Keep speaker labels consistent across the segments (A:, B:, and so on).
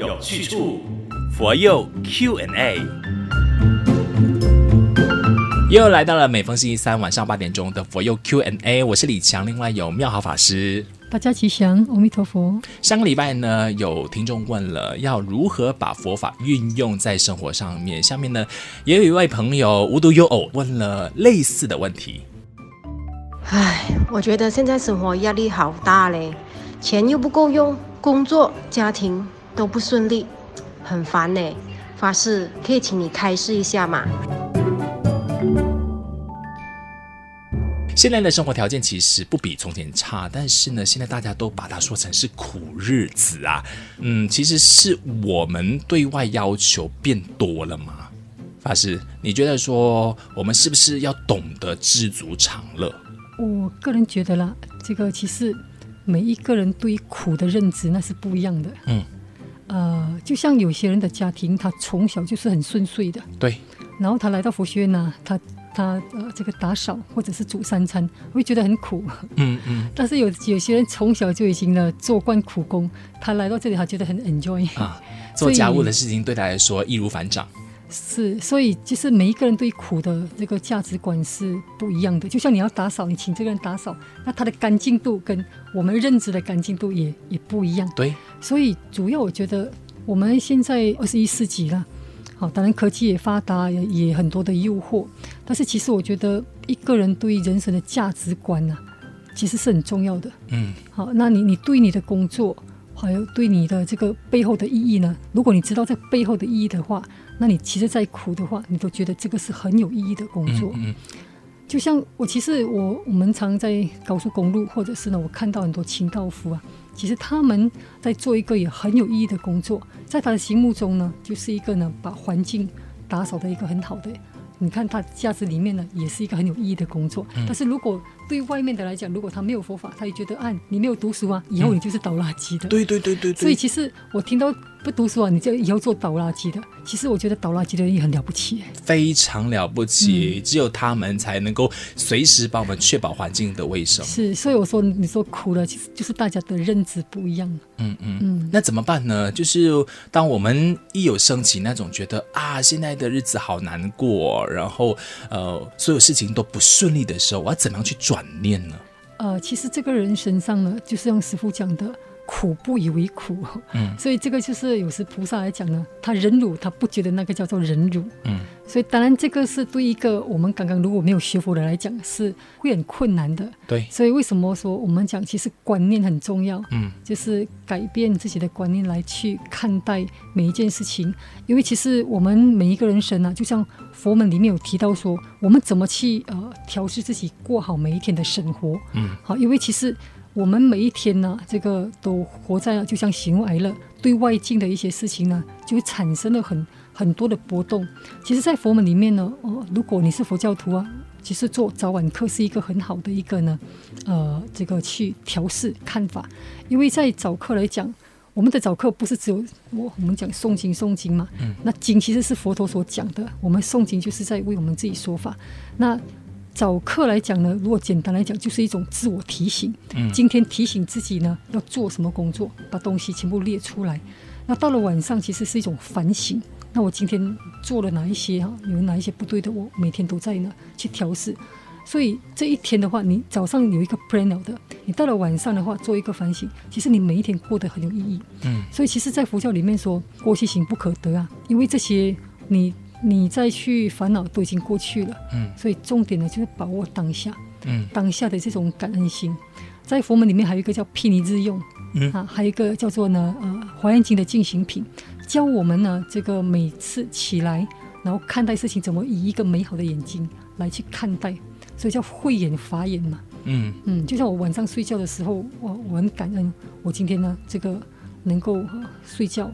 A: 有去处。佛佑 Q&A，
B: 又来到了每逢星期三晚上八点钟的佛佑 Q&A，我是李强，另外有妙好法师。
C: 大家吉祥，阿弥陀佛。
B: 上个礼拜呢，有听众问了要如何把佛法运用在生活上面。下面呢，也有一位朋友无独有偶问了类似的问题。
D: 唉，我觉得现在生活压力好大嘞，钱又不够用，工作、家庭都不顺利，很烦嘞。法师，可以请你开示一下吗？
B: 现在的生活条件其实不比从前差，但是呢，现在大家都把它说成是苦日子啊。嗯，其实是我们对外要求变多了吗？法师，你觉得说我们是不是要懂得知足常乐？
C: 我个人觉得啦，这个其实每一个人对于苦的认知那是不一样的。
B: 嗯，
C: 呃，就像有些人的家庭，他从小就是很顺遂的，
B: 对，
C: 然后他来到佛学院呢、他他呃这个打扫或者是煮三餐，会觉得很苦。
B: 嗯嗯
C: 但是有有些人从小就已经呢做惯苦工，他来到这里他觉得很 enjoy。
B: 啊，
C: 所
B: 做
C: 以
B: 家务的事情对他来说易如反掌。
C: 是，所以就是每一个人对苦的这个价值观是不一样的。就像你要打扫，你请这个人打扫，那他的干净度跟我们认知的干净度也也不一样。
B: 对，
C: 所以主要我觉得我们现在二十一世纪了，好，当然科技也发达，也也很多的诱惑，但是其实我觉得一个人对于人生的价值观呢、啊其实是很重要的。
B: 嗯，
C: 好，那你你对你的工作，还有对你的这个背后的意义呢？如果你知道这背后的意义的话，那你其实再苦的话，你都觉得这个是很有意义的工作。
B: 嗯嗯
C: 就像我其实我我们常在高速公路，或者是呢，我看到很多清道夫啊，其实他们在做一个也很有意义的工作，在他的心目中呢，就是一个呢把环境打扫的一个很好的。你看他价值里面呢，也是一个很有意义的工作。
B: 嗯
C: 但是如果对外面的来讲，如果他没有佛法，他就觉得啊，你没有读书啊，以后你就是倒垃圾的。
B: 对对对对对。
C: 所以其实我听到不读书啊，你就以后做倒垃圾的。其实我觉得倒垃圾的人也很了不起。
B: 非常了不
C: 嗯
B: 起，只有他们才能够随时帮我们确保环境的卫生。
C: 是，所以我说你说苦了，其实就是大家的认知不一样。
B: 嗯嗯
C: 嗯，
B: 那怎么办呢？就是当我们一有升起那种觉得啊，现在的日子好难过，然后呃，所有事情都不顺利的时候，我要怎么样去转念呢？
C: 呃，其实这个人身上呢，就是像师傅讲的，苦不以为苦。
B: 嗯
C: 所以这个就是有时菩萨来讲呢，他忍辱，他不觉得那个叫做忍辱。
B: 嗯，
C: 所以当然这个是对一个我们刚刚如果没有学佛的来讲是会很困难的。
B: 对，
C: 所以为什么说我们讲其实观念很重要？
B: 嗯
C: 就是改变自己的观念来去看待每一件事情，因为其实我们每一个人生呢、就像佛门里面有提到说，我们怎么去呃调试自己过好每一天的生活，
B: 嗯
C: 好，因为其实我们每一天呢、这个都活在就像喜怒哀乐，对外境的一些事情呢，就会产生了很很多的波动。其实，在佛门里面呢，哦，如果你是佛教徒啊，其实做早晚课是一个很好的一个呢，呃，这个去调试看法，因为在早课来讲。我们的早课不是只有我，我们讲诵经诵经嘛，那经其实是佛陀所讲的，我们诵经就是在为我们自己说法。那早课来讲呢，如果简单来讲，就是一种自我提醒。
B: 嗯
C: 今天提醒自己呢，要做什么工作，把东西全部列出来。那到了晚上，其实是一种反省。那我今天做了哪一些啊？有哪一些不对的？我每天都在呢去调试。所以这一天的话，你早上有一个 plan 了的，你到了晚上的话做一个反省，其实你每一天过得很有意义。
B: 嗯
C: 所以其实，在佛教里面说，过去行不可得啊，因为这些你你再去烦恼都已经过去了。
B: 嗯
C: 所以重点呢就是把握当下，
B: 嗯
C: 当下的这种感恩心。在佛门里面还有一个叫毗尼日用，
B: 嗯
C: 啊，还有一个叫做呢呃《华严经》的进行品，教我们呢这个每次起来，然后看待事情怎么以一个美好的眼睛来去看待，所以叫慧眼法眼嘛。
B: 嗯
C: 嗯，就像我晚上睡觉的时候，我我很感恩，我今天呢这个能够、呃睡觉，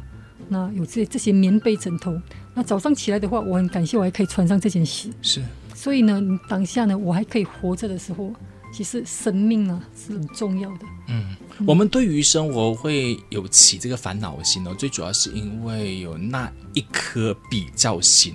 C: 那有这这些棉被枕头。那早上起来的话，我很感谢我还可以穿上这件鞋。
B: 是
C: 所以呢，你当下呢，我还可以活着的时候，其实生命呢是很重要的。
B: 嗯，我们对于生活会有哦起这个烦恼心呢，最主要是因为有那一颗比较心。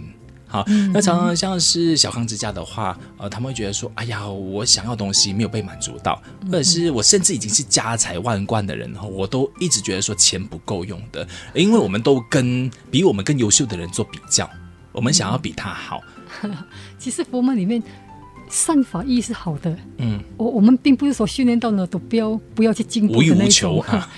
B: 好，
C: 嗯
B: 那常常像是小康之家的话，呃，他们会觉得说，哎呀，我想要东西没有被满足到，
C: 嗯
B: 或者是我甚至已经是家财万贯的人哈，我都一直觉得说钱不够用的，因为我们都跟比我们更优秀的人做比较，我们想要比他好，
C: 其实佛门里面善法意是好的，
B: 嗯，
C: 我我们并不是说训练到呢都不要不要去进步
B: 无欲
C: 的那
B: 无
C: 一
B: 求
C: 种。
B: 啊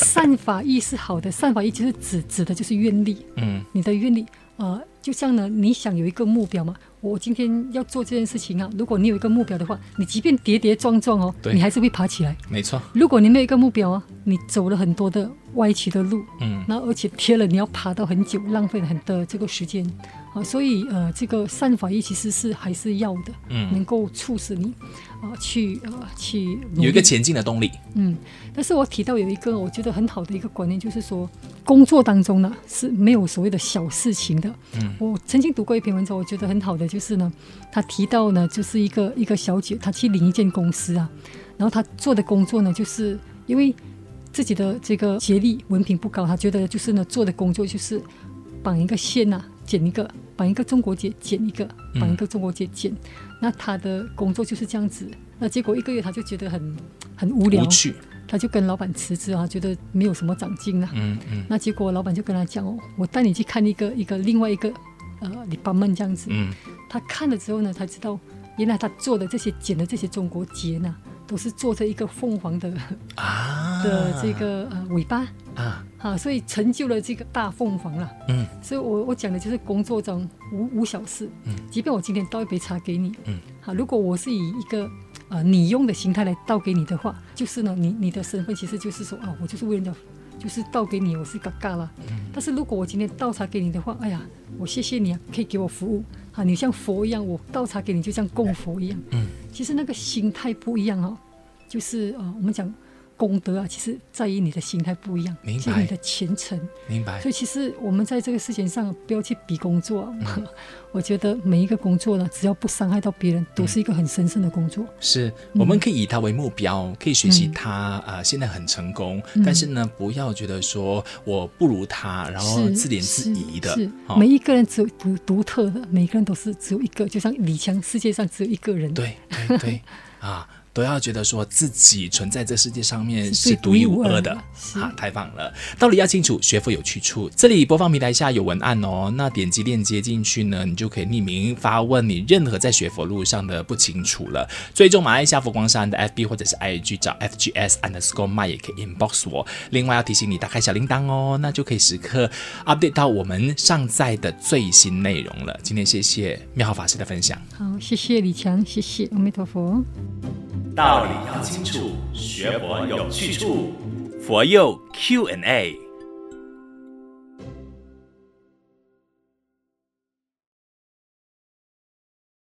C: 善法意是好的，善法意其实指指的就是愿力，
B: 嗯
C: 你的愿力，呃，就像呢，你想有一个目标嘛，我今天要做这件事情啊，如果你有一个目标的话，你即便跌跌撞撞哦，
B: 对
C: 你还是会爬起来。
B: 没错，
C: 如果你没有一个目标啊，你走了很多的歪曲的路，
B: 嗯
C: 那而且贴了你要爬到很久，浪费了很多这个时间啊，所以呃，这个善法益其实是还是要的，
B: 嗯
C: 能够促使你啊、去呃去努力
B: 有一个前进的动力，
C: 嗯，但是我提到有一个我觉得很好的一个观念，就是说工作当中呢是没有所谓的小事情的。
B: 嗯，
C: 我曾经读过一篇文章，我觉得很好的就是呢，他提到呢就是一个一个小姐，她去领一间公司啊，然后她做的工作呢，就是因为自己的这个学历文凭不高，她觉得就是呢做的工作就是绑一个线呐、啊，剪一个，绑一个中国结，剪一个，绑一个中国结，剪。那她的工作就是这样子，那结果一个月她就觉得很很无聊，
B: 无趣，
C: 他就跟老板辞职啊，觉得没有什么长进啊。
B: 嗯嗯
C: 那结果老板就跟他讲哦，我带你去看一个一个另外一个呃 department 这样子。
B: 嗯，
C: 他看了之后呢，才知道原来他做的这些剪的这些中国结呢，都是做着一个凤凰的
B: 啊
C: 的这个、呃尾巴
B: 啊，
C: 啊，所以成就了这个大凤凰啊了。
B: 嗯
C: 所以我我讲的就是工作中无无小事。
B: 嗯，
C: 即便我今天倒一杯茶给你，
B: 嗯，
C: 好，如果我是以一个呃你用的形态来倒给你的话，就是呢，你你的身份其实就是说啊，我就是为人家，就是倒给你，我是嘎嘎啦。
B: 嗯
C: 但是如果我今天倒茶给你的话，哎呀，我谢谢你啊，可以给我服务啊，你像佛一样，我倒茶给你就像供佛一样。
B: 嗯，
C: 其实那个心态不一样哦，就是呃，我们讲功德啊，其实在于你的心态不一样，
B: 明白
C: 是你的虔诚。
B: 明白
C: 所，以其实我们在这个事情上不要去比工作 啊、我觉得每一个工作呢，只要不伤害到别人，都
B: 嗯
C: 是一个很神圣的工作。
B: 是我们可以以他为目
C: 嗯
B: 标，可以学习他啊、呃现在很成功，但是呢，不要觉得说我不如他，然后
C: 是
B: 自怜自疑的
C: 是是，
B: 哦
C: 每一个人只有独独特的，每个人都是只有一个，就像李强，世界上只有一个人。，
B: 对对对啊，都要觉得说自己存在这世界上面
C: 是
B: 是独一无二的
C: 是
B: 啊，太棒了！道理要清楚，学佛有去处。这里播放平台下有文案哦，那点击链接进去呢，你就可以匿名发问你任何在学佛路上的不清楚了。追踪马来西亚佛光山的 FB 或者是 IG 找 FGS underscore my 也可以 inbox 我。另外要提醒你打开小铃铛哦，那就可以时刻 update 到我们上载的最新内容了。今天谢谢妙好法师的分享。
C: 好，谢谢李强，谢谢阿弥陀佛。
A: 道理要清楚，学佛有去处。佛佑 Q&A。